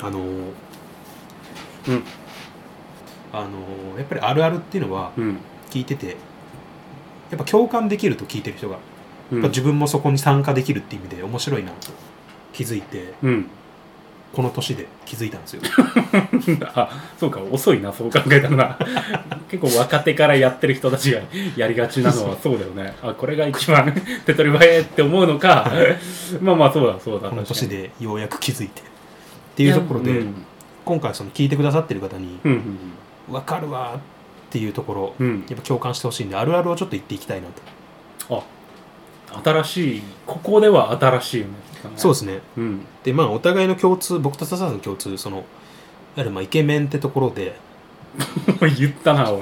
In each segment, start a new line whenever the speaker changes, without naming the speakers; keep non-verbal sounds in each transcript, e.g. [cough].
あのうんあのやっぱりあるあるっていうのは
うん
聞いててやっぱ共感できると聞いてる人が、
う
やっぱ
ん
自分もそこに参加できるって意味で面白いなと気づいて
うん、
この年で気づいたんですよ
[laughs] あそうか遅いなそう考えたらな [laughs] 結構若手からやってる人たちがやりがちなのはそうだよねあこれが一番 [laughs] 手っ取り早いって思うの [laughs] かまあまあそうだそうだ
この
確か
年
に
でようやく気づいてっていうところ
い
で、
やうん
今回その聞いてくださってる方に
うん
「分かるわ」っていうところ、
うんうん
やっぱ共感してほしいんであるあるをちょっと言っていきたいなと、
あ新しいここでは新しいよね
そう
で
ですね
すうん [laughs]
でまあお互いの共通僕と笹さんの共通そのやはりまあイケメンってところで
お前言ったなおい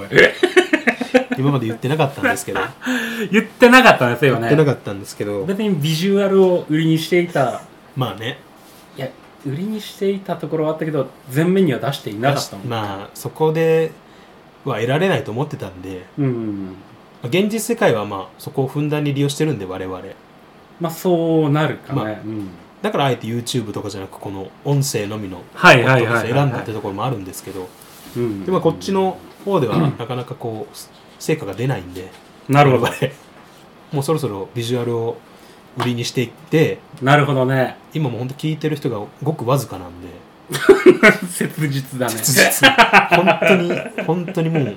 今まで言ってなかったんですけど
[laughs] 言ってなかったんですよ
言ってな
ね
かったんですけど
別にビジュアルを売りにしていた
まあね
いや売りにしていたところはあったけど前面には出していなかったもん、
まあそこでは得られないと思ってたんで
うんうんうん
まあ現実世界はまあそこをふんだんに利用してるんで我々
まあそうなるかね、
まあ
うん
だからあえて YouTube とかじゃなくこの音声のみの
はい
ポ
は
ッ
い
ドキャ
は
ス
い
トを選んだってところもあるんですけど
うん
でまあこっちの方ではなかなかこう成果が出ないんで
なるほ
我々もうそろそろビジュアルを売りにしていって
どなるほどね [laughs]
今もう本当聞いてる人がごくわずかなんで
切実だね
実に本当に本当にもう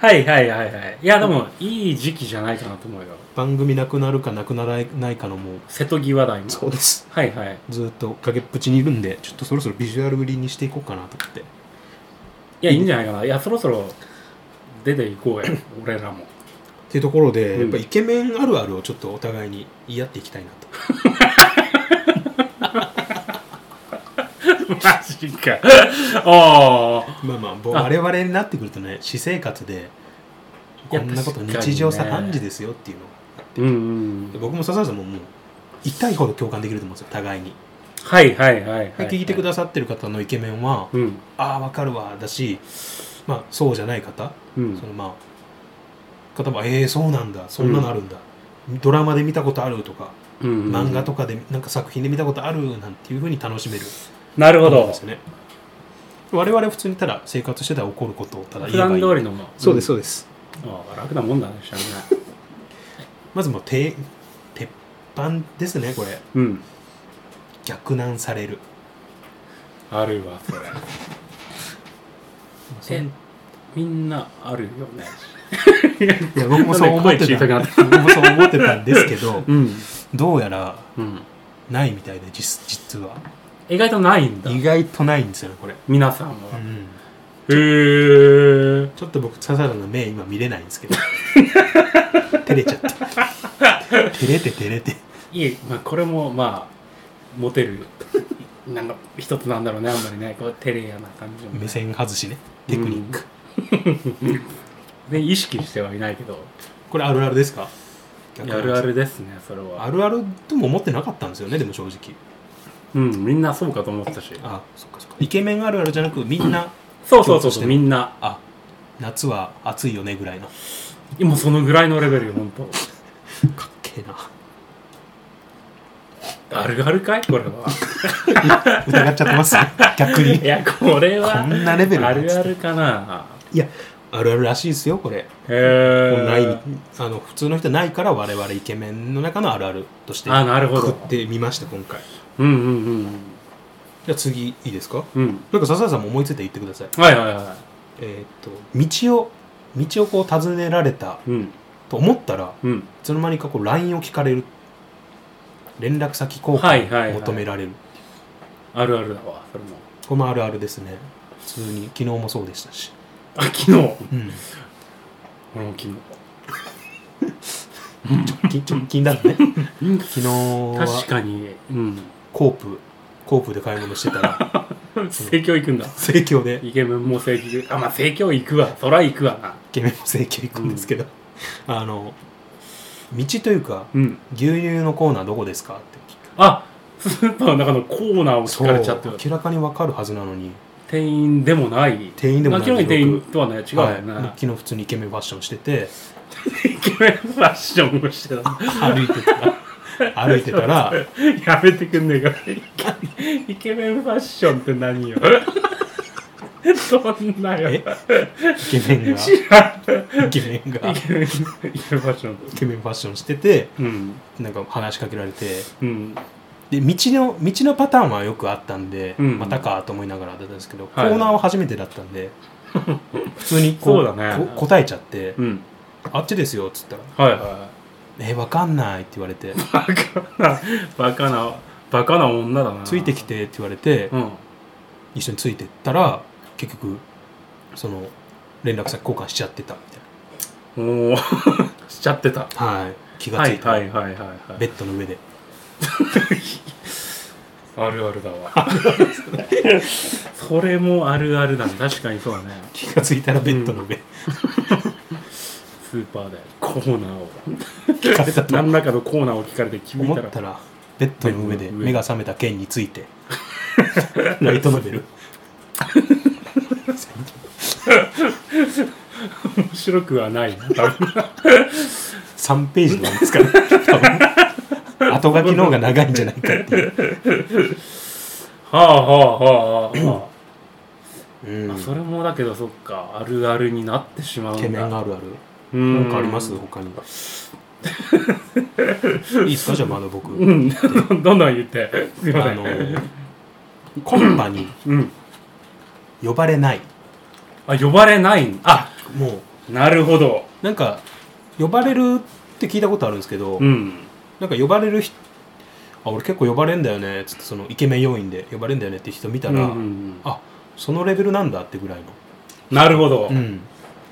はいはいはいはいいやでもいい時期じゃないかなと思うよ
番組なくなるかなくならないかのもう
瀬戸際だ今
そうです
はいはい
ずっと崖っぷちにいるんでちょっとそろそろビジュアル売りにしていこうかなと思って
いやいいんじゃないかないやそろそろ出てい
[laughs]
こうや俺ら
っ
も
ていうところで、
うん
やっぱイケメンあるあるをちょっとお互いに言い合っていきたいなと
マジか [laughs] ああ
まあま
[laughs]
あぼ
あ
我々になってくるとね私生活でこんなこと
いや確かにね
日常茶飯事ですよっていうの
うんうん
で僕も笹原さんももう痛いほど共感できると思うんですよ互いに、
はいはいはいは
で
い
聞いてくださってる方のイケメンは、
うん
ああ分かるわだしまあそうじゃない方、
うん
そのまあ方もええー、そうなんだそんなのあるんだ、ドラマで見たことあるとか
うん
漫画とかでなんか作品で見たことあるなんていうふうに楽しめる
なる
と
ほ
思うん
ど
ですよね我々普通にただ生活してたら起こることをただ
普
言えば
段
いい
通りのも
そうですそう
う
です、
です楽なもんだねしゃあね
まずもうて鉄板ですねこれ
うん
逆難される
あるわそれ
[laughs] そんい
みんなあるよね。
や僕もそう思って
声小さくな
た
った
僕もそう思ってたんですけ [laughs] ど
うん。
どうやら
うん。
ないみたいで実実は
意外とないんだ。
意外とないんですよねこれ、
皆さんは。へ
ん、
え。
ちょっと僕笹原の目今見れないんですけ [laughs] ど照れちゃった照れて照れて
いえ、まあこれもまあモテ
[laughs]
るなんか一つなんだろうねあんまりねこう照れやな感じもね、
目線外しねテクニック、
うんで意識してはいないけど
これあるあるですか
いやあるあるですねそれは。
あるあるとも思ってなかったんですよねでも正直
うんみんなそうかと思ってたし。
あそっかそっかイケメンあるあるじゃなくみんな
そうそうそ
共通
う
し
そ
て
うみんな
あ夏は暑いよねぐらいのか
今そのぐらいのレベルよ本当。
っけえ
[laughs]
な
あるあるかいこれは。
疑っちゃって
[laughs]
ます逆に
いやこれは
こんなレベル
あ
なんですね
るあるかな。
いやあるあるらしいですよこれ、
へえ。
もうないあの普通の人ないから我々イケメンの中のあるあるとして
あなるほ
作
ど
ってみました今回
うんうんうん
じゃあ次いいですか
うん
なんか笹原さんも思いついて言ってください
はいはいは
えーっと道を道をこう尋ねられた
いうん
と思ったら
うん
いつの間にかこう LINE を聞かれる連絡先交
はいはいは
換
い
を求められる、
あるあるだわそれも
これもあるあるですね普通に昨日もそうでしたし、
あ昨日
う
[laughs]
ん、
俺も昨日
直近直近だね昨日
確
は
かにうん
コープコープで買い物してた
[laughs]
ら
盛況行くんだ
盛況でイ
イケメンも盛況行くあまあ盛況行くわそら行くわな
ケメンも盛況行くんですけど、あの道というか
うん
牛乳のコーナーどこですかって聞か
あスーパーの中のコーナーを聞かれちゃってる
そう明らかに分かるはずなのに、
店員でもない
店員でもない
明らかに店員とはね違うよね、 [laughs]
はい昨日普通にイケメンファッションしてて
イケメンファッションをしてた
歩いてたら [laughs] 歩いてたら
やめてくんねえかイケメンファッションって何よそんなよ
えイケメン
[laughs]
が
知らん
イケメンが
イケメンイケメンファッション
イケメンファッションしてて
うん
なんか話しかけられて
うん
で道の道のパターンはよくあったんで、
うん
またかと思いながらだったんですけど、
はい
コーナーは初めてだったん
[laughs]
で普通にこう
そうだね
こ答えちゃって
うん
「あっちですよ」っつったら
はいは
「えわかんない」って言われて
いバカなバカなバカな女
「
だな
ついてきて」って言われて
うん
一緒についてったら結局その連絡先交換しちゃってたみ
おおしちゃってた
たいな、はい、気が
は
つい
い
た、
はいはいはいはい
ベッドの上で
あるあるだわ。それもあるあるだね。確かにそうだね。
気がついたらベッドの上、
スーパーでコーナーを。
聞かれたと
何らかのコーナーを聞かれて聞
思
いた
った
ら。
らベッドの上で目が覚めた件につい
[laughs]
てライトノベル
面白く [laughs] はないな。多分
3ページなんですから多分後書きの方が長いんじゃないかっていう、
はあはあはあは
うん
あ。あそれもだけどそっか。あるあるになってしまうんだ。
懸念があるある
うん。
なんかあります他
[laughs]
にいいっすかじゃあまだ僕
う
あ
ん。 [laughs] どんどん言って。すいません。
のコンパに
うん。
呼ばれない
あ、呼ばれないんあ、
もう
なるほど。
なんか呼ばれるって聞いたことあるんですけど、
うん。
なんか呼ばれる人あ俺結構呼ばれんだよねっつってそのイケメン要員で呼ばれんだよねって人見たら、
うんうんうん
あそのレベルなんだってぐらいの、
なるほど。
うん、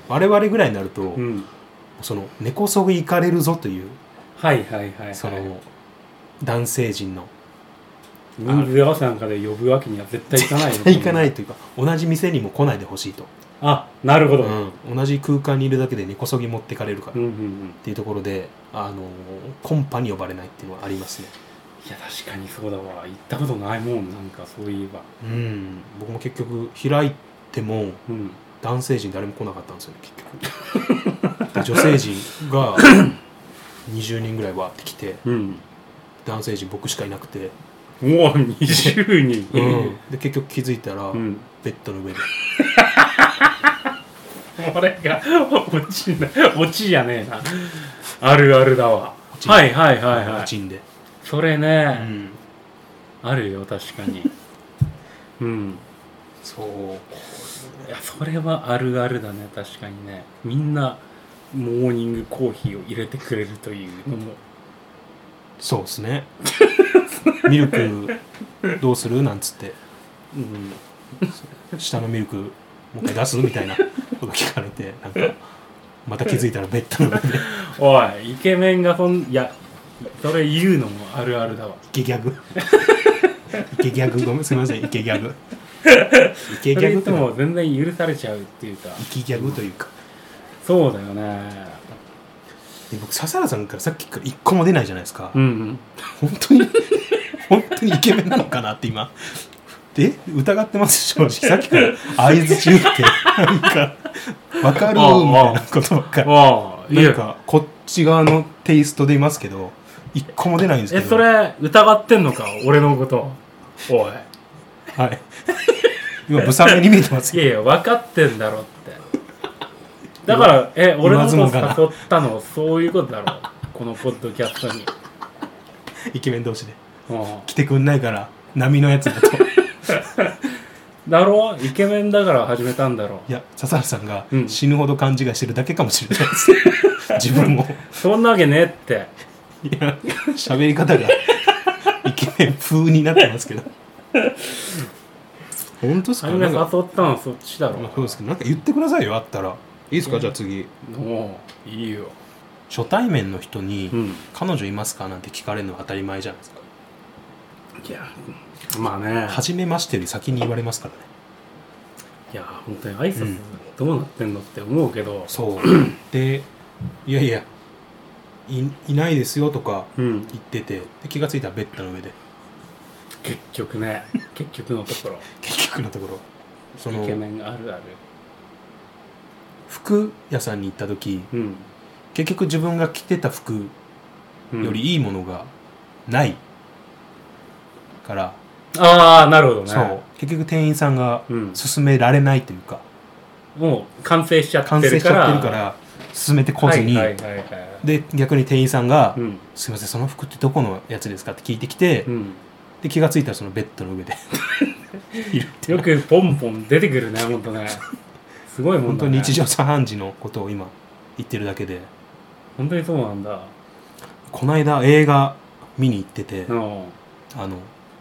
我々ぐらいになると、
うん。
その根こそぎ行かれるぞという
はいはいはいはい。
その、男性陣の
人数合わせなんかで呼ぶわけには絶対いかないよ
行かないというか同じ店にも来ないでほしいと、
あなるほど、うん
うん、同じ空間にいるだけで根こそぎ持ってかれるから、
う
っ
んうんうん
ていうところであのコンパに呼ばれないっていうのはありますね
いや確かにそうだわ行ったことないもんなんかそういえば
うん僕も結局開いても
うん
男性陣誰も来なかったんですよね
[laughs]
結局で女性陣が20人ぐらいわーって来て
うん
男性陣僕しかいなくて、
もう20人
で結局気づいたら、
うん
ベッドの上で
俺が落ちな落ちじゃねえなあるあるだわ
落ち
はいはいはいは
うち
い
んで、
それ
う
ね、
ん、
あるよ確かにうん
そう
いやそれはあるあるだね確かにねみんなモーニングコーヒーを入れてくれるというのも
そうです
[laughs]
ねミルクどうするなんつって
うん
下のミルクもう一回出すみたいなこと聞かれてなんかまた気づいたらベッドの上で
おいイケメンがそんいやそれ言うのもあるあるだわ
イケギ
[laughs]
ャグイケギャグごめんすみませんイケギャグイケ
そ
ギャ
れ言
グ
っ
と
ても全然許されちゃうっていうか
イケギャグというか
そうだよね
で僕笹原さんからさっきから一個も出ないじゃないですか、
うん
本当に本当にイケメンなのかなって今で疑ってます正直
[laughs]
さっきから相づち打ってなんか分かるみたいなことばっ [laughs] かり
ああい
なん
や
かこっち側のテイストでいますけど一個も出ないんですけ
え
ど
それ疑ってんのか俺のことお
[laughs]
い
はい今ブサメに見えてます
い
よ
やいや分かってんだろってだからえ俺の
言わずもがな
こと誘ったのそういうことだろこのポッドキャストに
イケメン同士で
うん
来てくんないから波のやつだ
[laughs]
と
だろイケメンだから始めたんだろ
いや笹原さんが
うん
死ぬほど勘違いしてるだけかもしれないです、自分も
そんなわけねえって
いや喋り方がイケメン風になってますけど本当ですか
初め
なん
誘っ
か
たのそっちだろ
まあそうですけどなんか言ってくださいよあったらいいですかじゃあ次
もういいよ
初対面の人に
うん
「彼女いますか?」なんて聞かれるのは当たり前じゃないですか
いやまあね
初めましてより先に言われますからね
いや本当に挨拶どうなってんのって思うけど
そうでいやいやいいないですよとか
うん
言っててで気がついたらベッドの上で
結局ね結局のところ
結局のところそ
イケ
の
メンあるある
服屋さんに行った時
うん
結局自分が着てた服
うん
よりいいものがないから、
ああなるほどね
そう結局店員さんが
うん
勧められないというか、
もう完成しちゃっ
完
て
成
る
しち
から
ゃってるから勧めてこずに、
はいはいはいはい
で逆に店員さんが「
うん
すいませんその服ってどこのやつですか?」って聞いてきて、
うん
で気がついたらそのベッドの
[laughs]
上でいるっていう
よくポンポン出てくる [laughs] ね本当ねすごいも
本
んだ、
当
ね、
に日常茶飯事のことを今言ってるだけで
本当にそうなんだ
この間映画見に行ってて、
うん
あのや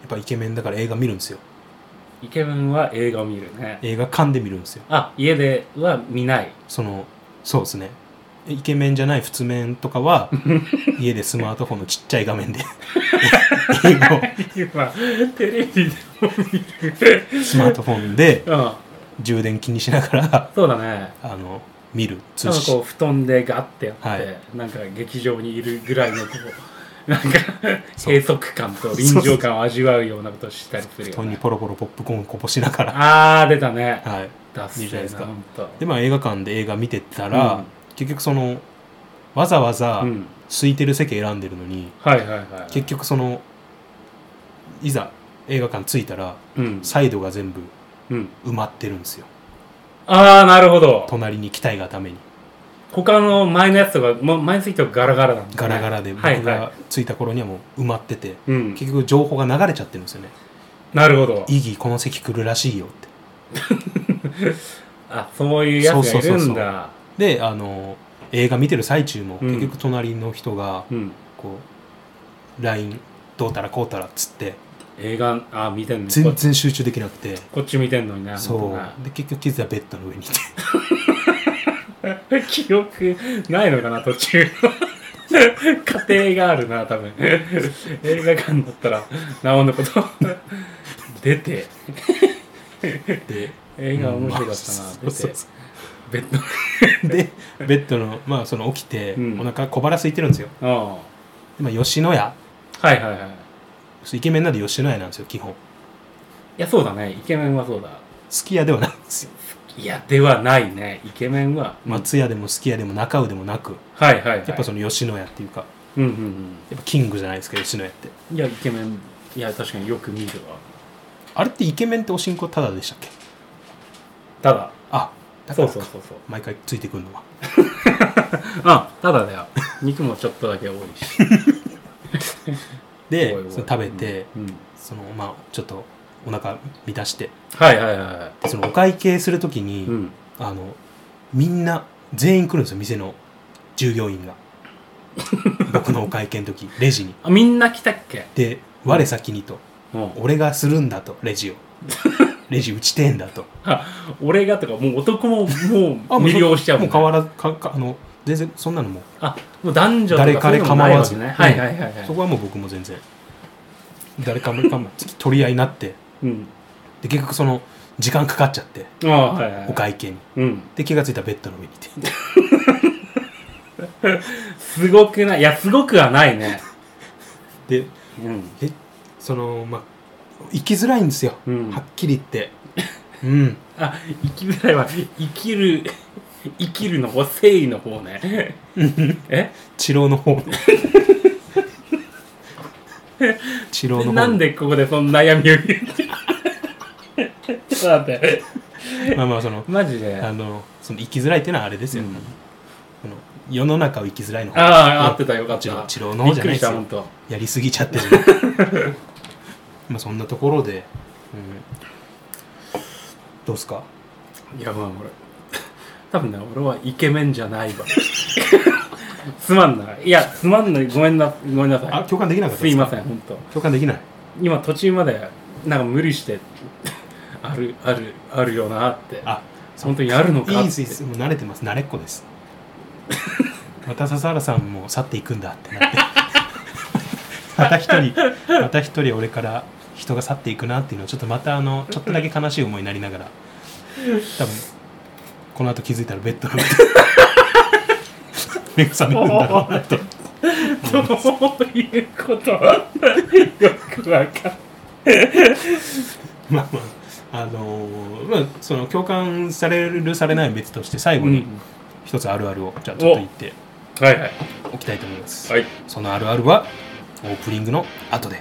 っぱイケメンだから映画見るんですよ
イケメンは映画を見るね
映画館で見るんですよ
あ家では見ない
そのそうですねイケメンじゃない普通面とか
[laughs]
は家でスマートフォンのちっちゃい画面で映画を
[laughs] 今テレビでも見る
スマートフォンで
うん
充電気にしながら
そうだね
あの見る
なん
通
かこ
信
う布団でガッてやって、
はい
なんか劇場にいるぐらいのこう [laughs] なんか
そう
閉塞感と臨場感を味わうようなことをしたりする
布
よ、
団に
ね、
ポロポロポップコーンこぼしながら
あー出たね
はい
出
いいじゃないですか
ほんと
でまあ映画館で映画見てたら、
うん
結局そのわざわざ
うん
空いてる席選んでるのに、
はいはいはい
結局そのいざ映画館着いたら
うん、
サイドが全部
うん、
埋まってるんですよ
ああなるほど
隣に来たいがために
他の前のやつとかも前の席とかガラガラなんだ、ね、
ガラガラで僕
はいは
が着いた頃にはもう埋まってて、
い、うん、
結局情報が流れちゃってるんですよね
なるほど
「イギーこの席来るらしいよ」って
あそういうやつがいるんだ
であの映画見てる最中も
うん
結局隣の人が
うん
こう LINE どうたらこうたらっつって
映画あ見てんのこ
全然集中できなくて
こっち見てんのにな
そ
ほんとな
うで結局気づいたらベッドの上にいて
[laughs] 記憶ないのかな途中 [laughs] 家庭があるな多
[laughs]
分映画館だったらなおのこと出て
で
[laughs] 映画面白かったな、
うん
出てベッド
でベッドのまあその起きて、
うん
お腹小腹空いてるんですよ
うんは
でまあ吉野家
いはいはい
イケメンなんで吉野家なんですよ基本
いやそうだねイケメンはそうだ
すき家ではないんですよ
いやではないねイケメンは、
松屋でもすき家でも中尾でもなく
はいはい、はい、
やっぱその吉野家っていうか
うんうん
やっぱキングじゃないですか吉野家って
うんいやイケメンいや確かによく見るわ
あれってイケメンっておしんこタダでしたっけ
ただ
あだか
そ
ら
う
か
そうそうそう
毎回ついてくるのは
あただだよ肉もちょっとだけ多いし
で
おいおい
その食べて、
うんうん
そのまあちょっとお腹満たして
はいはいはいは
でそのお会計するとき
い
に、
うん
あのみんな全員来るんですよ店の従業
[laughs]
員が僕のお会計の時レジに
あみんな来たっけ
で我先にと
うん
俺がするんだとレ
[laughs]
ジをレジ打ちてえんだと
あ俺がとかもう男ももう
[laughs] もう
魅了しちゃうも
も
ん、
う変わらかかあの全然そんなのもう
あもう男女とか
誰彼
そういうのもない
構わず
わけ
う
ね
ん
はいはいはいはい
そこはもう僕も全然誰かもかも取り合いになって
うん
で結局その時間かかっちゃって
ああはいはいはい
お会計に
うん
で気がついたらベッドの上にいて
すごくないいやすごくはないね
で
うん
えそのまあ生きづらいんですよ、
うん
はっきり言ってうん
あ生きづらいは生きる [laughs] 生きるの方誠意の方
[laughs]
ねえ
治療の方治療の方
なんでここでその悩みを言ってる [laughs] ちょっと待って
まあまあその
マジで
あ
あ
のその生きづらいっていうのはあれですよ、
うん
その世の中を生きづらいの方
あ合ってたよかっ
治療
た
治療の方じゃないで
びっくり
す
した
よ
本当
やりすぎちゃってる
[laughs]
まあそんなところで、うんどうっすか
いやまあ俺 [laughs] 多分ね俺はイケメンじゃないわ [laughs] すまんないいやすまんないごめんなごめんな
あ
さ
共感できないかった
す
です
い
か
ません本当
共感できない
今途中までなんか無理してあるあるあるよなって
あ
本当にやるのかって
いいですいいですもう慣れてます慣れっこです
[laughs]
また笹原さんも去っていくんだってなってまた一人また一人俺から人が去っていくなっていうのはちょっとまたあのちょっとだけ悲しい思いになりながら多分この後気づいたらベッドの上で [laughs] 目が覚めるんだろうなと
どういうことよくわかん
まあまああのーまあその共感されるされないは別として最後
う
に
ん
一つあるあるをじゃあちょっと言って
はいはい
おきたいと思います、
はい
そのあるあるはオープニングの後で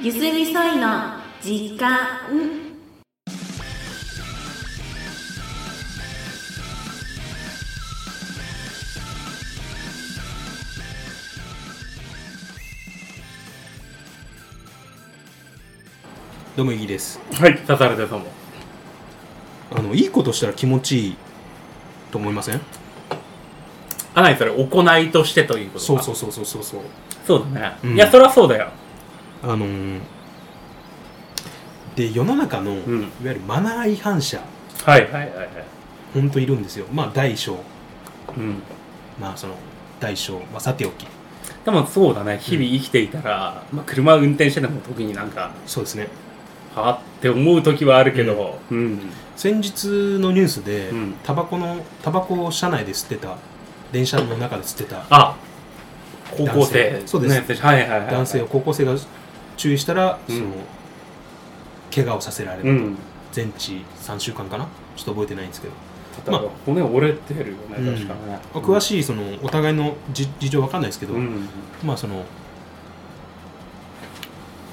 ゆすみそいの時間
どうもいいです
はい刺されてさも
あのいいことしたら気持ちいいと思いません
あ何それ行いとしてということか
そうそううそうそうそうそう
そうだね、
うん
いやそりゃそうだよ
あのーで世の中の、
うん
いわゆるマナー違反者
はいはいはいはい
ほんといるんですよまあ大小
うん
まあその大小、まあ、さておき
でもそうだね日々生きていたら、まあ、車運転してても特になんか
そうですね
はあって思う時はあるけどうん
先日のニュースで、
うん
タバコのタバコを車内で吸ってた電車の中で吸ってた
あ高校生
男性そうです
ねはいはいはいはい
男性を高校生が注意したら、
うん
その怪我をさせられた、
うん
全治3週間かなちょっと覚えてないんですけど、
ただ
ま
骨折れてるよね、
うん
確かね
詳しいそのお互いのじ事情わかんないですけど、
うん
まあその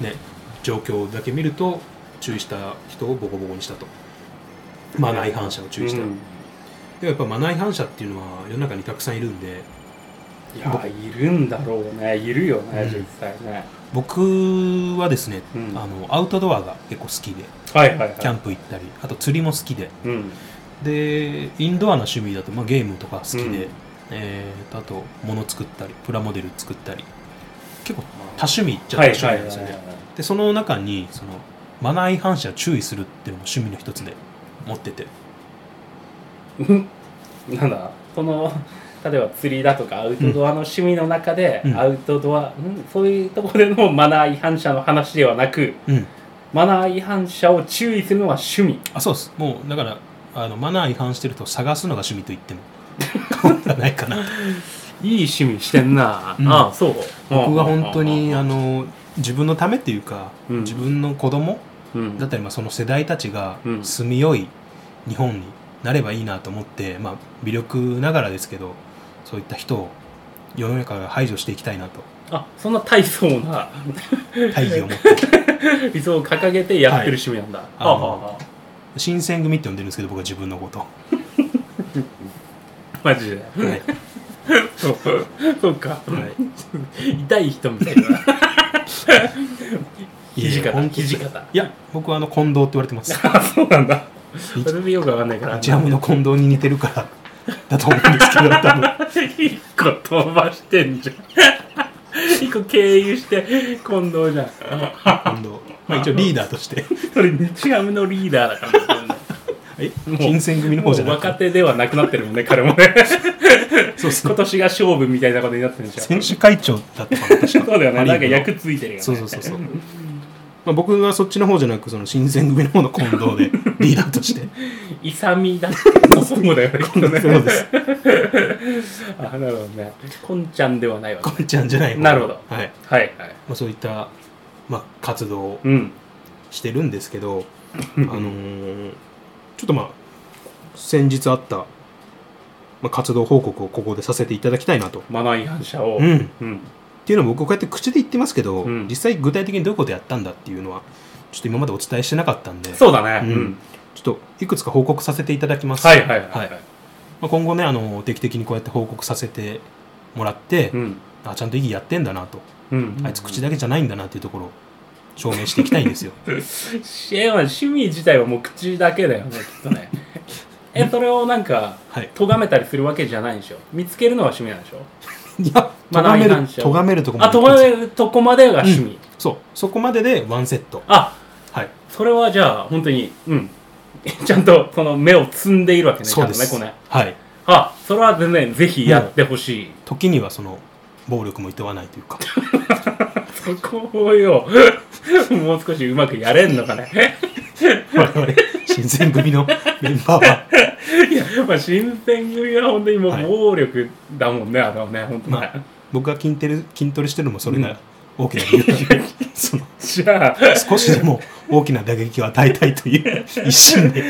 ね状況だけ見ると注意した人をボコボコにしたとマナー違反者を注意した、
うん
でもやっぱマナー違反者っていうのは世の中にたくさんいるんで
いやいるんだろうねいるよね、
うん
実際ね
僕はですね、
うん
あのアウトドアが結構好きで
はいはいはい
キャンプ行ったりあと釣りも好きで
うん
でインドアな趣味だと、まあ、ゲームとか好きで、
うん
えーとあと物作ったりプラモデル作ったり結構多趣味っちゃ多
はい
趣
は
味なん
いはい
ですよ
はい
ねでその中にそのマナー違反者を注意するっていうのも趣味の一つで持ってて
うんなんだその [laughs] 例えば釣りだとかアウトドアの趣味の中で、
うん
アウトドア、うんそういうところでのマナー違反者の話ではなく
うん
マナー違反者を注意するのは趣味
あそうですもうだからあのマナー違反してると探すのが趣味と言って
[laughs]
も過言じゃないかない
い趣味してんな、
うん
ああそう
僕が本当にあ
の、
の自分のためっていうか、
うん
自分の子供
うん
だったりまあその世代たちが
うん
住みよい日本になればいいなと思って、まあ、微力ながらですけどそういった人を世の中から排除していきたいなと
あそんな大層な
[laughs] 大義を持って
理想を掲げてやってる趣味なんだ、ああああ
新選組って呼んでるんですけど僕は自分のこと、
マジで
はいはい
そう [laughs] そうか、痛い人みたいな
[laughs]
肘
いやいや
肩
本当
肘肩
いや僕はあの近藤って言われてます
あそうなんだ
い
それでよくわかんないから
ジャムの近藤に似てるからだと思うんですけど多分
一個飛ばしてん [laughs] じゃん一個経由して近藤じゃん
近
[laughs]
藤、まあ、一応リーダーとして
それチアムのリーダーだからね
え新選組の
も
方じゃ
う
なく
若
て
手ではなくなってるもんね彼もね
そうそう
今年が勝負みたいなことになってるんじゃ
選
ん
手会長だったかな確か
そうだよねなん
パリー
か
グの
役ついてるよね
そうそうそうそう。まあ、僕はそっちの方じゃなく、その新選組の方の近藤で [laughs] リーダーとして。
勇みだってそうだよねきっとね
そうです。
あなるほどねこんちゃんではないわけ
こんちゃんじゃない方
なるほど
はい。
はいはい
まあ、そういった、まあ、活動を
うん
してるんですけど、あのーちょっとまあ、先日あった、まあ、活動報告をここでさせていただきたいなと。
マナー違反者を
うん。っ
うん
ていうのも僕こうやって口で言ってますけど、
うん
実際具体的にどういうことやったんだっていうのは、ちょっと今までお伝えしてなかったんで、ちょ
そうだね
う
うんん
っといくつか報告させていただきます。
はいはいはいはい
まあ、今後ねあの定期的にこうやって報告させてもらって、
うん
あちゃんと意義やってんだなと、
うん
あいつ口だけじゃないんだなっていうところを証明していきたいん
[laughs]
ですよ
いやまあ趣味自体はもう口だけだ
[laughs]
よねきっとねえそれをなんか
はい
咎めたりするわけじゃないんでしょ見つけるのは趣味なんでしょ
[laughs] いや
まあ
咎め
内
る
反者
咎めるとこま
あ
で
咎めるとこまでが趣味、
そうそこまででワンセット
あ
はい
それはじゃあ本当にうん [laughs] ちゃんとその目を摘んでいるわけね
そうで
ちゃ
す、
んとねこれ
はい
あそれは全然ぜひやってほしい、
時にはその暴力もいとわないというか [laughs]
そこをよ [laughs] もう少しうまくやれんのかね [laughs]
我々新選組のメンバーはい
やまあ新選組は本当にも
はいう
暴力だもんね、あれはね本当ね、
まあ僕が筋トレ筋トレしてるのもそれが大きな理由なん
[laughs]
で、その
じゃあ
少しでも大きな打撃を与えたいと
[laughs]
いう一心で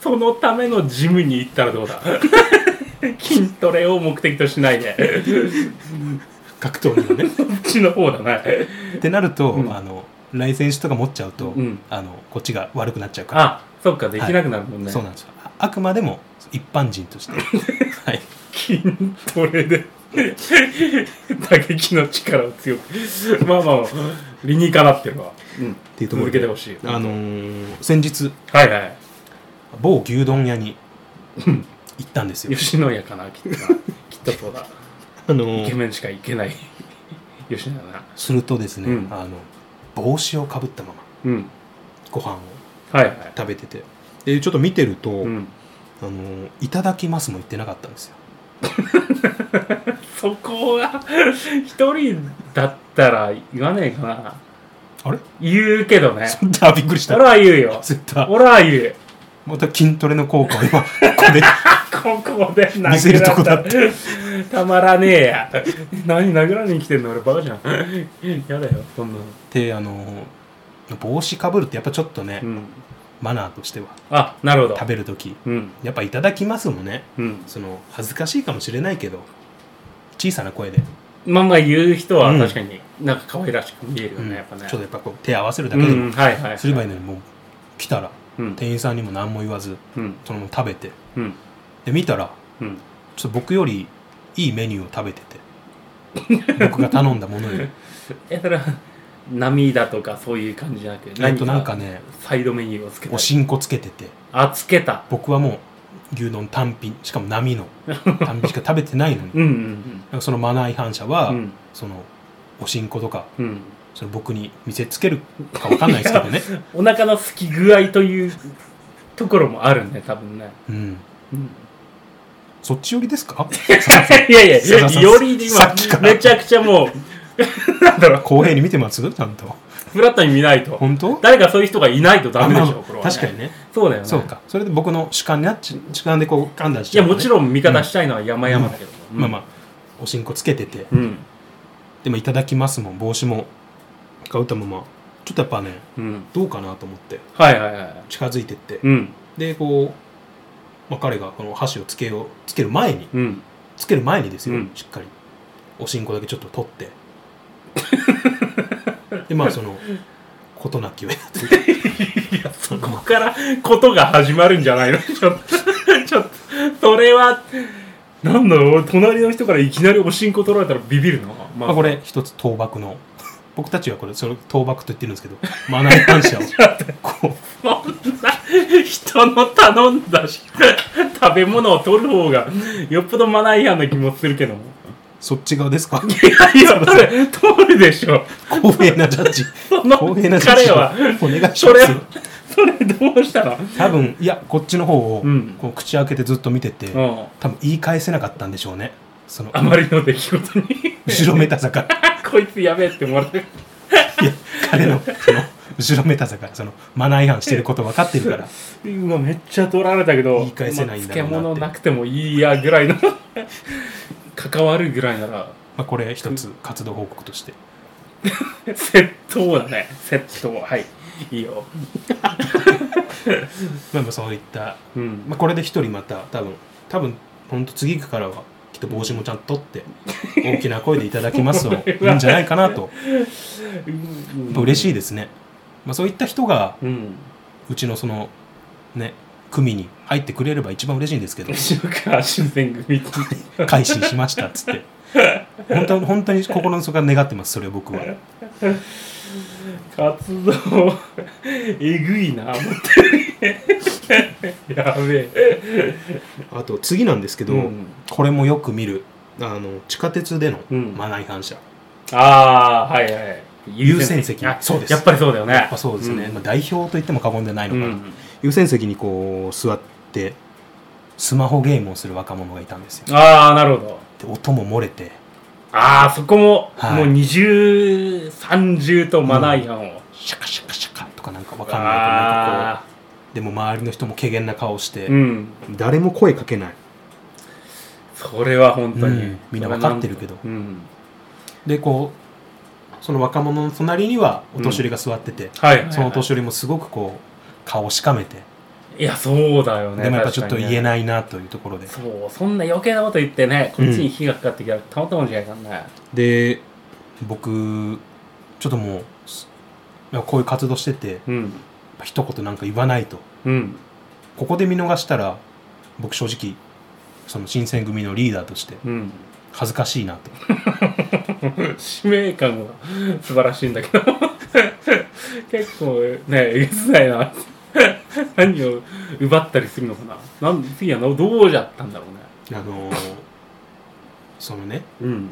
そのためのジムに
[laughs]
行ったらどうだ筋トレを目的としないで
格闘技のね
そっちの方だ
[laughs]
ね。
ってなると、
うん
あのライセンスとか持っちゃうと、
うん
あのこっちが悪くなっちゃうから
あ、そっか、できなくなるもんね。
そうなんですよああくまでも一般人として
[laughs]
はい
筋トレで打撃の力を強くまあまあ理にかなってるわ、うん、
ていうところ
続
で
けてほしい
あのー先日
はいはい
某牛丼屋に行ったんですよ
吉野家かなきっとなきっとそうだ
あのー
イケメンしか行けない吉野家だな
するとですね、
うん
あの帽子をかぶったまま
うん
ご飯を
はいはい
食べててでちょっと見てると、
うん、
あのーいただきますも言ってなかったんですよ
そこは一人だったら言わねえかな
あれ
言うけどね
[laughs] そんなあびっくりした
俺は言うよ
絶対
俺は言う
また筋トレの効果を今ここで
ここで殴られた
見せるとこだった
たまらねえや何殴られに来てんの俺バカじゃんやだよそんなの
であの帽子かぶるってやっぱちょっとね、
うん
マナーとしては
あなるほど
食べる時
うん
やっぱ「いただきます」もね
うん
その恥ずかしいかもしれないけど小さな声で、
まあまあ言う人は
うん
確かになんか可愛らしく見えるよね、
うん
やっぱね
ちょっとやっぱこう手合わせるだ
う
けで
ん
も
はいはい
すればいいのにもう来たら
うん
店員さんにも何も言わず
うん
そのまま食べて
うん
で見たら
うん
ちょっと僕よりいいメニューを食べてて僕が頼んだもの
[laughs]
より
えそれは涙とかそういう感じじゃなくて
えっとなんかね
サイドメニューをつけた
おしんこつけてて
あつけた
僕はもう牛丼単品しかも並
[laughs]
の単品しか食べてないのに
う
なん
うん
んかそのマナー違反者
う
は、
んうん
そのおしんことか
うん
その僕に見せつけるかわかんないですけど
[laughs]
ね、
お腹のすき具合というところもあるね多分ね、
うん、
[laughs] うん
そっち寄りですか
いやい
ささ
や、
さ
より今
さっきか、ら
めちゃくちゃもう、なんだろう、
公平に見てますちゃんと
フラットに見ないと。
本当
誰かそういう人がいないとダメでしょ、これは、
確かに。ね
そうだよね。
そう。かそれで僕の主観になっち主観でこう判断し
い
ちゃ
や、
う、ね、
もちろん味方したいのは山々だけど。
んまあまあおしんこつけてて、
あ。うん。
でもいただきますもん帽子も買うたままちょっとやっぱね
うん。
どうかなと思って
はいはいはい。
近づいてって、
うん。
でこう、まあ、彼がこの箸をつけようつける前に
うん。
つける前にですよ、
うん
しっかりおしんこだけちょっと取って
[laughs]
でまあその事なきを得たと
[laughs]
いう
いや、そこからことが始まるんじゃないの [laughs] ちょっと、ちょっと、それは、なんだろう、俺隣の人からいきなりおしんこ取られたらビビるな。ま
まあこれ一つ倒幕の僕たちはこれそれ倒幕と言ってるんですけどマナー違反
[laughs]
者をこ
そんな人の頼んだし食べ物を取る方がよっぽどマナー違反な気もするけども
うそっち側ですか
いやいやそれ取るでしょ
公平なジャッジ
その
公平なジャッ
彼
ジを
は
お願いします
それそれどうしたの
多分いやこっちの方を
うん
こう口開けてずっと見てて、
うん
多分言い返せなかったんでしょうねその
あまりの出来事
[laughs]
に
後ろめたさから
こいつやべえって思われる
いや彼のその後ろめたさからそのマナー違反してること分かってるから
うわめっちゃ取られたけど
言い返せないんだろうなって
まあ漬物なくてもいいやぐらいの関わるぐらいなら
まあ、これ一つ活動報告として
窃盗だね窃盗はいいいよ
まあまあそういった、
うん
まあ、これで一人また多分多分ほんと次行くからはきっと帽子もちゃんと取って大きな声で「いただき [laughs] ます」をいいんじゃないかなと、まあ、嬉しいですね、まあ、そういった人が
うん
うちのそのね組に入ってくれれば一番嬉しいんです [laughs] けど
吉川新選組って
改心しましたっつって本当本当に心の底から願ってますそれを僕は
活動えぐいな思って [laughs] やべえ
あと次なんですけど、
うん
これもよく見るあの地下鉄での
うん
マナー違反者、
ああはいはい
優先席
あ
そうです
やっぱりそうだよね
やっぱそうですね、まあ、代表と言っても過言でない
うん
のかな、優先席にこう座ってスマホゲームをする若者がいたんですよ
ああなるほど
で音も漏れて
ああそこも、
はい
もう2030とマナー違反を、
シャカシャカシャカとかなんかわかんないけどなんか
あ
こうでも周りの人も怪げな顔して、
ーうん
誰も声かけない
それは本当に、
うんみんなわかってるけど
うん
でこうその若者の隣にはお年寄りが座ってて、
はいはいはい
そのお年寄りもすごくこう顔をしかめて
いやそうだよね
でもやっぱちょっと言え
い
ないなというところで、
そうそんな余計なこと言ってねこっちに火がかかってきたらたまったもんじゃないかんね
で僕ちょっともうすいやこういう活動しててやっ
うん
ぱ一言なんか言わないと
うん
ここで見逃したら僕正直その新選組のリーダーとして
うん
恥ずかしいなと
[laughs] 使命感が素晴らしいんだけど [laughs] 結構ねえげつないな [laughs] 何を奪ったりするのかななん次はどどうじゃったんだろうね
あのーそのね
うん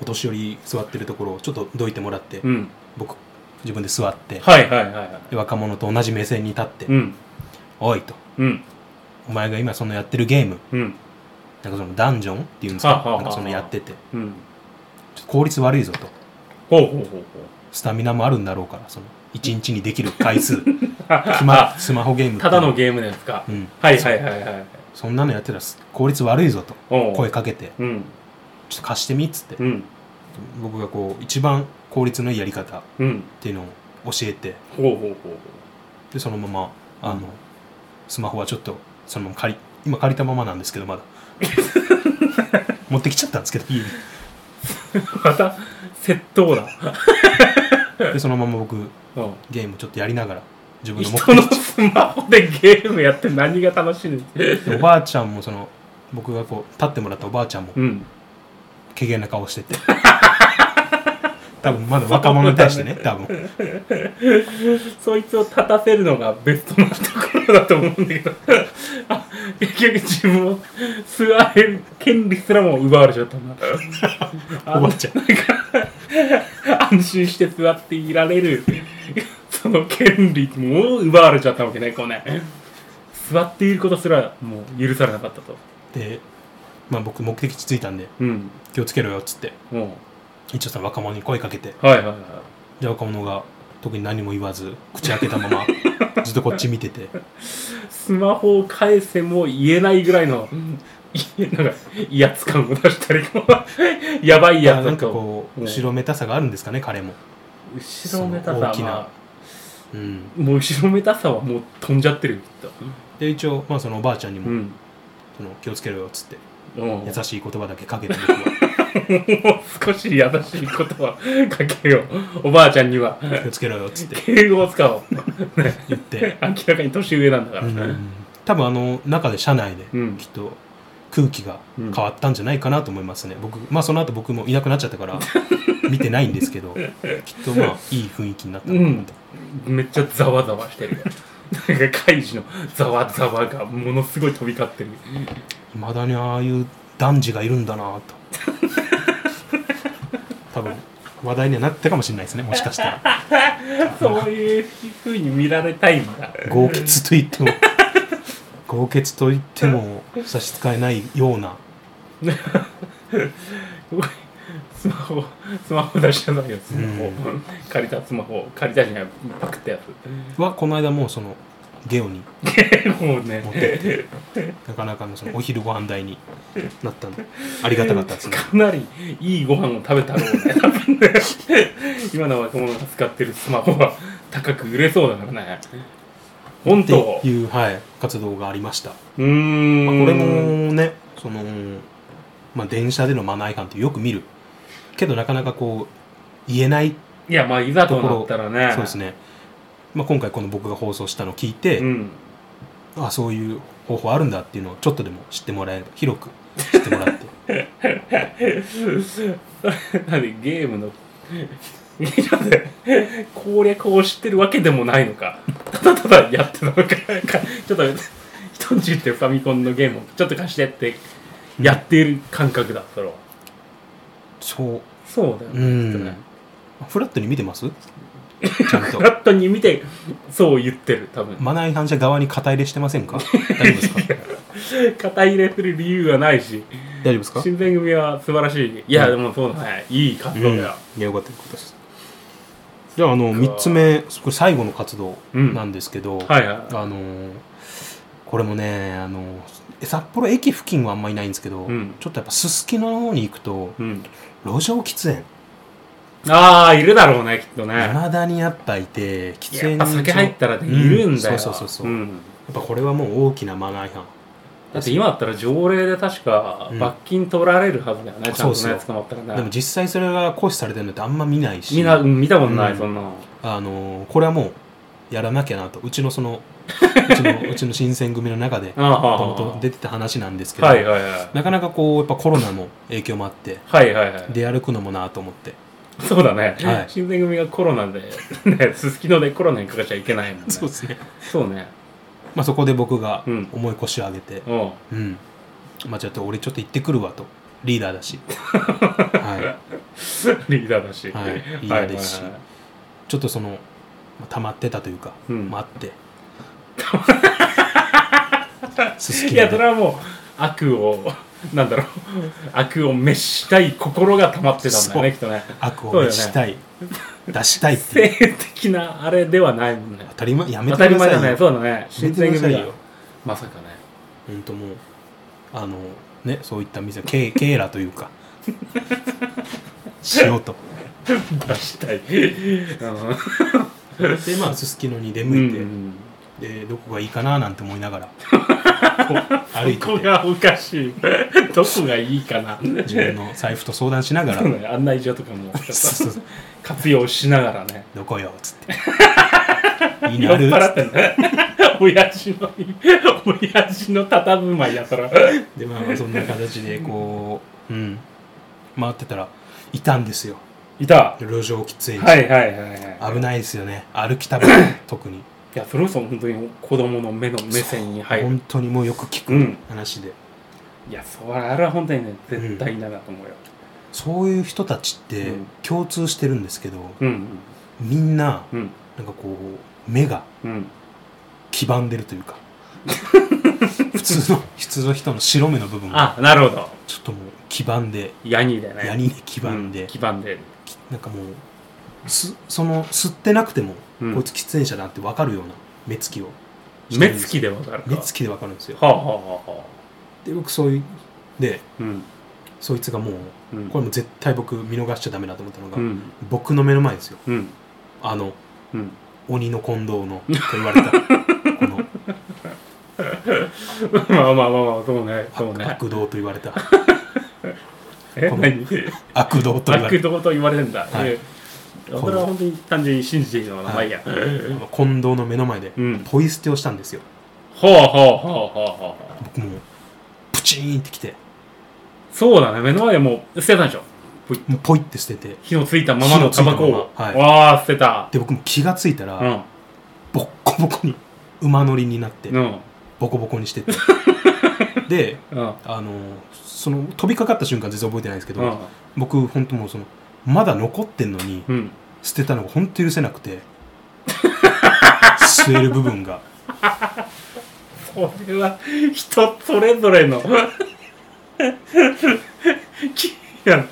お年寄り座ってるところをちょっとどいてもらって、
うん
僕自分で座って、
はいはいはいはい
で若者と同じ目線に立って「
うん
おい」と
うん
「お前が今そのやってるゲーム
うん
なんかそのダンジョンっていうんですか,、
はあはあはあ
なんかそのやってて
うん
ちょっと効率悪いぞと
ほうほうほうほう
スタミナもあるんだろうからその1日にできる回
[laughs]
数ス
あ
マスマホゲームって
ただのゲームですか、
うん
はいはいはいはい
そんなのやってたら効率悪いぞと
おう
声かけて
うん
ちょっと貸してみっつって、
うん
僕がこう一番効率のいいやり方っ
うん
ていうのを教えて
ほうほうほうほう
でそのままあの、
うん
スマホはちょっとそのまま借り今借りたままなんですけどま
[laughs]
だ持ってきちゃったんですけど家に
また窃盗だ
でそのまま僕
うん
ゲームちょっとやりながら自分の目
人のスマホでゲームやって何が楽しいんです
的でおばあちゃんもその僕がこう立ってもらったおばあちゃんも
うん
怪げな顔して [laughs] て多分まだ若者に対してね多分
そいつを立たせるのがベストなところだと思うんだけどあ結局自分を座れる権利すらも奪われちゃったな
おばあちゃん
安心して座っていられるその権利も奪われちゃったわけねこうね座っていることすらもう許されなかったと
で、まあ、僕目的地着いたんで
うん
気をつけろよっつって
も
一応その若者に声かけて
うはいはいは
で若者が特に何も言わず口開けたままずっとこっち見てて
いスマホを返せも言えないぐらいのいなんか威圧感を出したりこ
[laughs]
うやばいや
あ
つ
なん
だ
か
と
こう
うん
後ろめたさがあるんですかね彼も、
後ろめたさ
その大きな
ま
うん、
あもう後ろめたさはもう飛んじゃってるよきっと
で一応、まあ、そのおばあちゃんにも、
うん
その気をつけろよっつって
うん
優しい言葉だけかけて僕は
もう少し優しいことはかけようおばあちゃんには
気をつけろよっつって
敬語を使おう
言って、
明らかに年上なんだか
う
ら、
ん、多分あの中で車内で
うん
きっと空気が変わったんじゃないかなと思いますね、僕まあその後僕もいなくなっちゃったから
[laughs]
見てないんですけどきっとまあいい雰囲気になったのかなと、
めっちゃざわざわしてるよなんか怪獣のざわざわがものすごい飛び交ってる
いまだにああいう男児がいるんだなと多分話題にはなったかもしれないですねもしかしたら
そういうふうに見られたいんだ
豪傑と言っても豪傑と言っても差し支えないような
スマホスマホ出したのよスマホ、
うん
借りたスマホ借りたじゃないパクったやつ
はこの間もうそのゲオに
もう
持っ
ね
てってなかなかのそのお昼ご飯代になったんでありがたかったですね
かなりいいご飯を食べたろうね多分ね [laughs] 今の若者が使ってるスマホは高く売れそうだからね本当
っていう、はい、活動がありました、
うーん、
まあこれもねその、まあ、電車でのマナー違反ってよく見るけどなかなかこう言えない
いやまあいざとなったらね
そうですね、まあ、今回この僕が放送したのを聞いて、
うん
あそういう方法あるんだっていうのをちょっとでも知ってもらえれば広く知ってもらって [laughs]
[laughs] 何ゲームのなんで攻略を知ってるわけでもないのかただただやってたのかなんかちょっと人んち行ってるファミコンのゲームをちょっと貸してってやってる感覚だそれは
そう
そう
う
だよねきっとね
んフラットに見てます [laughs] ちゃんと
フラットに見てそう言ってる多分
マナー違反者側に肩入れしてませ
[laughs]
んか大丈夫ですか
肩入れする理由はないし
大丈夫ですか
新選組は素晴らしいいや
うん
でもそうだねいい活
うん
動
い
だよ
やよかったよかったですじゃああの3つ目これ最後の活動なんですけど、
はいはい
あのーこれもねあのー札幌駅付近はあんまりないんですけど、
うん
ちょっとやっぱすすきの方に行くと
うん
路上喫煙
ああいるだろうねきっとね
いまだにやっぱいて喫
やっ
煙
ぱ
所
酒入ったらね、いるんだよ、
うそうそうそう、や
ん
っぱこれはもう大きなマナー違反
だって今だったら条例で確か
うん
罰金取られるはずだよね、ちゃんと
そう
ね
そう
捕まったら
でも
ね
実際それが行使されてるのってあんま見ないし
みんなうん見たことない、
うん
そんなの
あのーこれはもうやらなきゃなとうちのそ
[laughs]
のうちのうちの新選組の中で
ああ
も
は
と
あ
も
は
と出てた話なんですけ
あ
ど、
はいはいはい
なかなかこうやっぱコロナの影響もあって
はいはいはい
出歩くのもなと思って
そうだね、
はい
新選組がコロナで [laughs] ねすすきのでコロナにかかっちゃいけないもんね
そうですね、
そうね
まあ、そこで僕が
うん
重い腰を上げて
うん
う
[laughs]
ん、まあちょっと俺ちょっと行ってくるわとリーダーだし、
[laughs]
は
リーダーだし、
はいリーダーですしい、ちょっとそのまあ溜まってたというか、
うん
まああ
[laughs]
ってすすき
い
の
やそれ
で
はもう悪をなんだろう悪を滅したい心が溜まってたんだよね
そう
きっとね
悪を出したい、出したいっていう
性的なあれではないもんね
当たり前やめ
当
て
たり
くだ
前だ
さい
ね
よ
そうだね新選
やめてくださ
組だ
いよ
まさかね
ほんともうあのねそういった店ケイ [laughs] ケイラというか
[laughs]
しようと
出したい
でまあすすきのに出
うんう
向いて、
ん
でどこがいいかななんて思い
[laughs]
ながらこう歩い
ここ
てて
がおかしいどこがいいかな
自分の財布と相談しながら
そうね案内所とかも
そうそうそう
活用しながらね
どこよっつっ
[laughs]
て。いい
酔
な
っ
る
払ってね [laughs] 親父の親父のたたぶまいやそら
でまあまあそんな形でこう、うん、回ってたらいたんですよ
いた
路上喫煙者、
はいはいはいはい
危ないですよね歩きたぶ特に、
いやそれこそ本当に子供の目の目線に入る
本当にもうよく聞
う
く
ん
話で、
いやそれあれは本当にね絶対いないなと思うよ
そういう人たちって
うん
共通してるんですけど、
うん
みんな
うんうん
なんかこう目が
うん
黄ばんでるという
[laughs]
か普通の普通の人の白目の部分が
あなるほど
ちょっともう黄ばんで
ヤニだね
ヤニで黄ばんで、
う基盤で
きなんかもうすその吸ってなくても、
うん
こいつ喫煙者だって分かるような目つきをして
目
るんで
つ
す
き
よ
でわかるか
目つきで分かるんですよ
はあはあはあは
で僕そういうで
あうん
そいつがもう
うん
これもう絶対僕見逃しちゃダメだと思ったのが、
うん
僕の目の前ですよ
うん
あの
うん
鬼の近藤のと言われたこの
[laughs] まあまあまあまあそうねそう
悪
ね
悪道と言われた
え
この
何
悪道と言われ
悪
た
道と言われるんだ
はい
えそれは本当に単純に信じていいのかなまあ
はい
いいや
あの近藤の目の前で
うん
ポイ捨てをしたんですよ
ほうほうほうほうほうほう
僕もうプチーンってきて
そうだね目の前でもう捨てたでしょぷい
もうポイって捨てて
火のついたままのタバコ
火の
を
ついたままはい
わあ捨てた
で僕も気がついたら、
うん
ボッコボコに馬乗りになって、
うん
ボコボコにして
[laughs]
てで
うん
あのその飛びかかった瞬間全然覚えてないんですけど、
うん
僕本当もうそのまだ残ってんのに
うん
捨てたのが本当許せなくて
[laughs]
吸える部分が
これは人それぞれの [laughs] きいや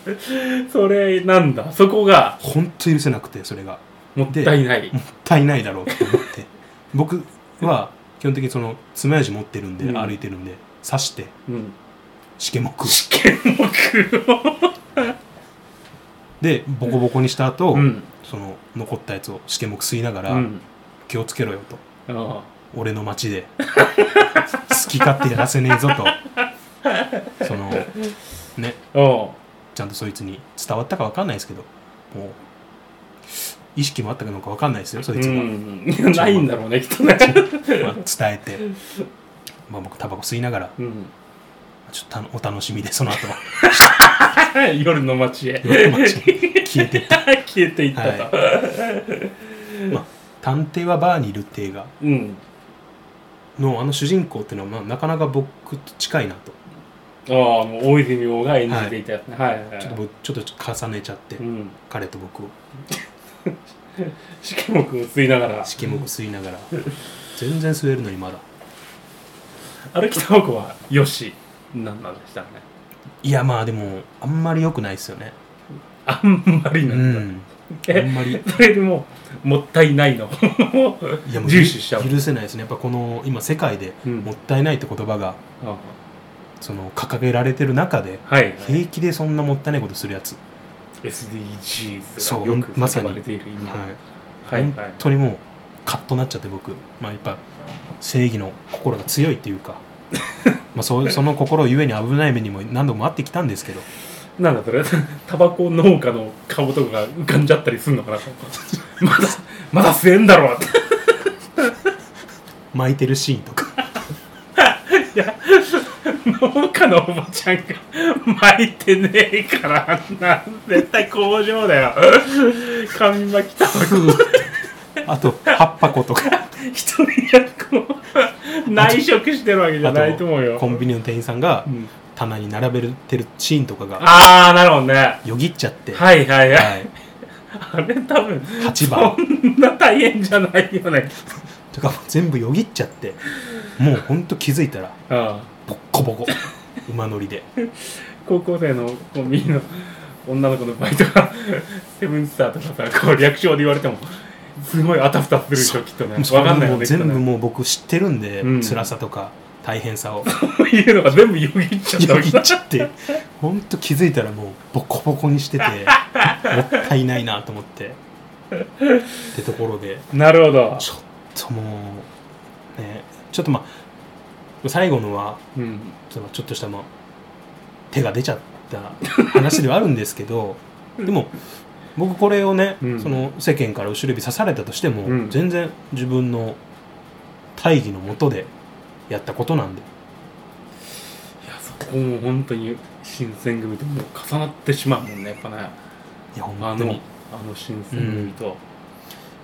それなんだそこが
本当許せなくてそれが
もったいない
もったいないだろうと思って
[laughs]
僕は基本的にその爪楊枝持ってるんで、
うん
歩いてるんで刺して
うん [laughs]
しけもく
試験目
でボコボコにした後、
うん
その残ったやつをしけもく吸いながら、
うん
気をつけろよと
あ
俺の街で [laughs] 好き勝手やらせねえぞとそのね
ああ
ちゃんとそいつに伝わったかわかんないですけどもう意識もあったのかわかんないですよそいつ
う
が、
んないんだろうねきっと
ま
ね
あ伝えて、まあ、僕タバコ吸いながら
うん [laughs]
ちょっとたのお楽しみでその後は
夜の街へ [laughs]
夜の街に消えてった、
消えていったと、
はいまあ、探偵はバーにいるって映画
うん
のあの主人公っていうのは、まあ、なかなか僕と近いなと
ああもう大泉洋が演じていたやつねはいはいはい
ちょっと僕ちょっと重ねちゃって、
うん
彼と僕を
試験目を吸いながら
しけもく吸いながら全然吸えるのにまだ
歩きタバコはよしなんなんでしたね
いやまあでもあんまり良くないですよね
あんまり
う
なんだ、
んあ
え
んまり
それでもうもったいないの
いやもう
重視しちゃう
許せないですねやっぱこの今世界で
うん
もったいないって言葉が
あ
その掲げられてる中で
はい
平気でそんなもったいないことするやつそう
SDGs がよく
まさ
使
に
われている今、
はい
はいはい
本当にもうカッとなっちゃって僕、まあ、やっぱ正義の心が強いって
[laughs]
いうかまあそうその心ゆえに危ない目にも何度もあってきたんですけど
なんだそれタバコ農家の顔とかが浮かんじゃったりすんの
[laughs]
かなまだまだ吸えんだろって
巻いてるシーンと
[laughs]
か
農家のおばちゃんが巻いてねえからな絶対工場だよ紙巻きタバ
[laughs]
コ
あと8箱とか
一人でこう内職してるわけじゃ
あ
ないと思うよ
とコンビニの店員さんが
うん
棚に並べてるシーンとかが
ああなるほどね
よぎっちゃって、
はいはいはい、
はい
あれ多分
8番
そんな大変じゃないよね
とかもう全部よぎっちゃってもうほんと気づいたら
ああ
ボッコボコ馬乗
[laughs]
りで
高校生のコンビニの女の子のバイトが [laughs] セブンスターとかさこう略称で言われてもすごいあたふたするでしょきっと
もう
ね分
それ
かんない
も
よ
う
ね
全部
きっ
もう僕知ってるんで、
うん
辛さとか大変さを
とねいうのが全部よぎっちゃった
よ
わけ
ぎ
だ
っちゃってほんと気づいたらもうボコボコに
[laughs]
しててもったいないなと思ってってところで
なるほど、
ちょっともうねちょっとまあ最後のは
うん、
そのちょっとした、まあ、手が出ちゃった話ではあるんですけどでも僕これをね、
うん
その世間から後ろ指刺されたとしても、
うん
全然自分の大義のもとでやったことなんで
いやそこも本当に新選組ともう重なってしまうもんねやっぱね
いや
あ
本当
の
に
あの新選組と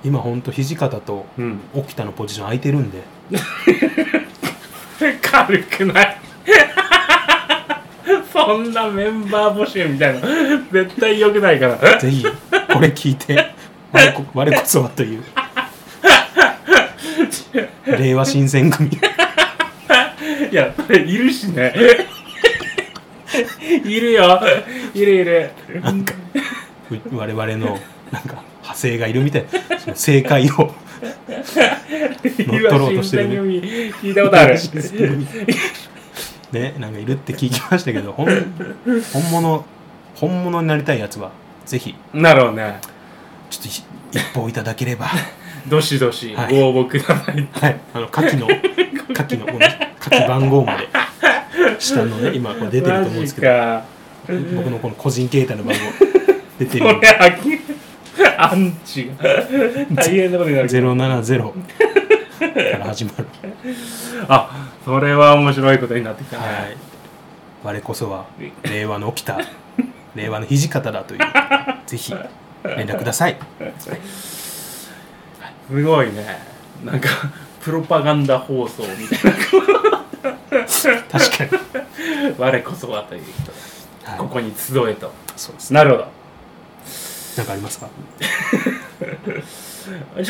今本当土方と
うん、
沖田のポジション空いてるんで [laughs]
軽くない [laughs] そんなメンバー募集みたいな絶対良くないから
ぜひこれ聞いて我こ我こそはという令和新選組 [laughs]
いや、それいるしね。 [laughs] いるよ。いるいる。
なんかう我々のなんか派生がいるみたいなその正解を乗っ取ろうとしてるね
今新選組聞 [laughs] いたことある。
ねなんかいるって聞きましたけど本本物本物になりたいやつはぜひ
なるほどね。
ちょっとひ一報いただければ
どしどし
はい
ご応募ください。
はいあの下記の下記のこの下記番号まで下のね今これ出てると思うんですけど
マ
僕のこの個人携帯の番号出て
ジ
るん
か。これ
で
あき、 [laughs] アンチが大変なことになる。
070から始まる
あ、それは面白いことになってきたね。
はい。我こそは令和の起きた令和の土方だというぜひ連絡ください。
すごいね。なんか、 [laughs] プロパガンダ放送みたいな。
確かに。
我こそはという人が
はい
ここに集えと。
そうですね。
なるほど。
なんかありますか。
ち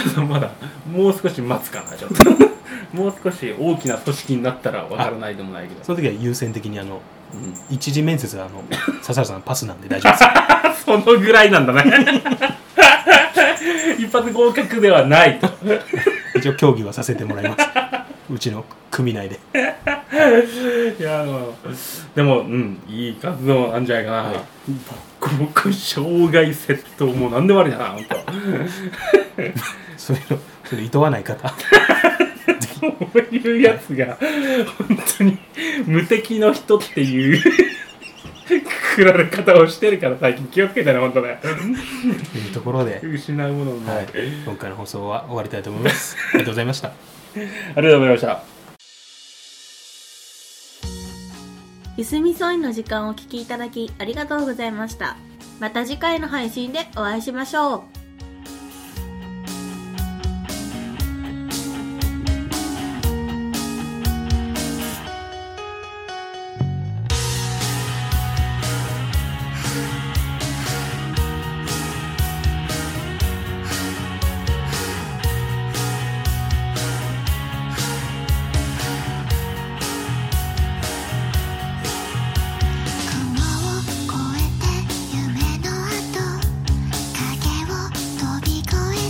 ょっとまだもう少し待つかなちょっと [laughs] もう少し大きな組織になったらわからないでもないけど
その時は優先的にあの
うん
一次面接はあの笹原さんパスなんで大丈夫 [laughs] です。
そのぐらいなんだね [laughs] 一発合格ではないと
一応協議はさせてもらいます。うちの組内で。
いやあのでもうんいい活動なんじゃないかな、
はい
ボッコボコ障害窃盗もう何でもありだな本当。
それをそれいとわない方。
そういうやつが本当に無敵の人っていうくくられ方をしてるから最近気をつけてね本当ね
というところで、
失うものもな
[laughs] はいい、今回の放送は終わりたいと思います。ありがとうございました。
ありがとうございました。
ゆすみそいの時間をお聞きいただきありがとうございましたまた次回の配信でお会いしましょう
「雲を越えて夢の跡影を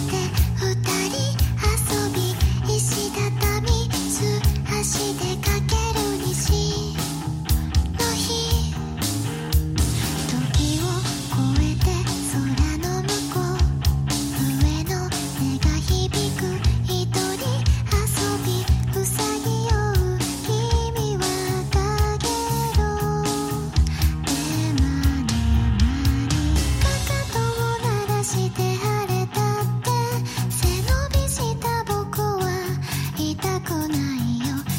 ないよ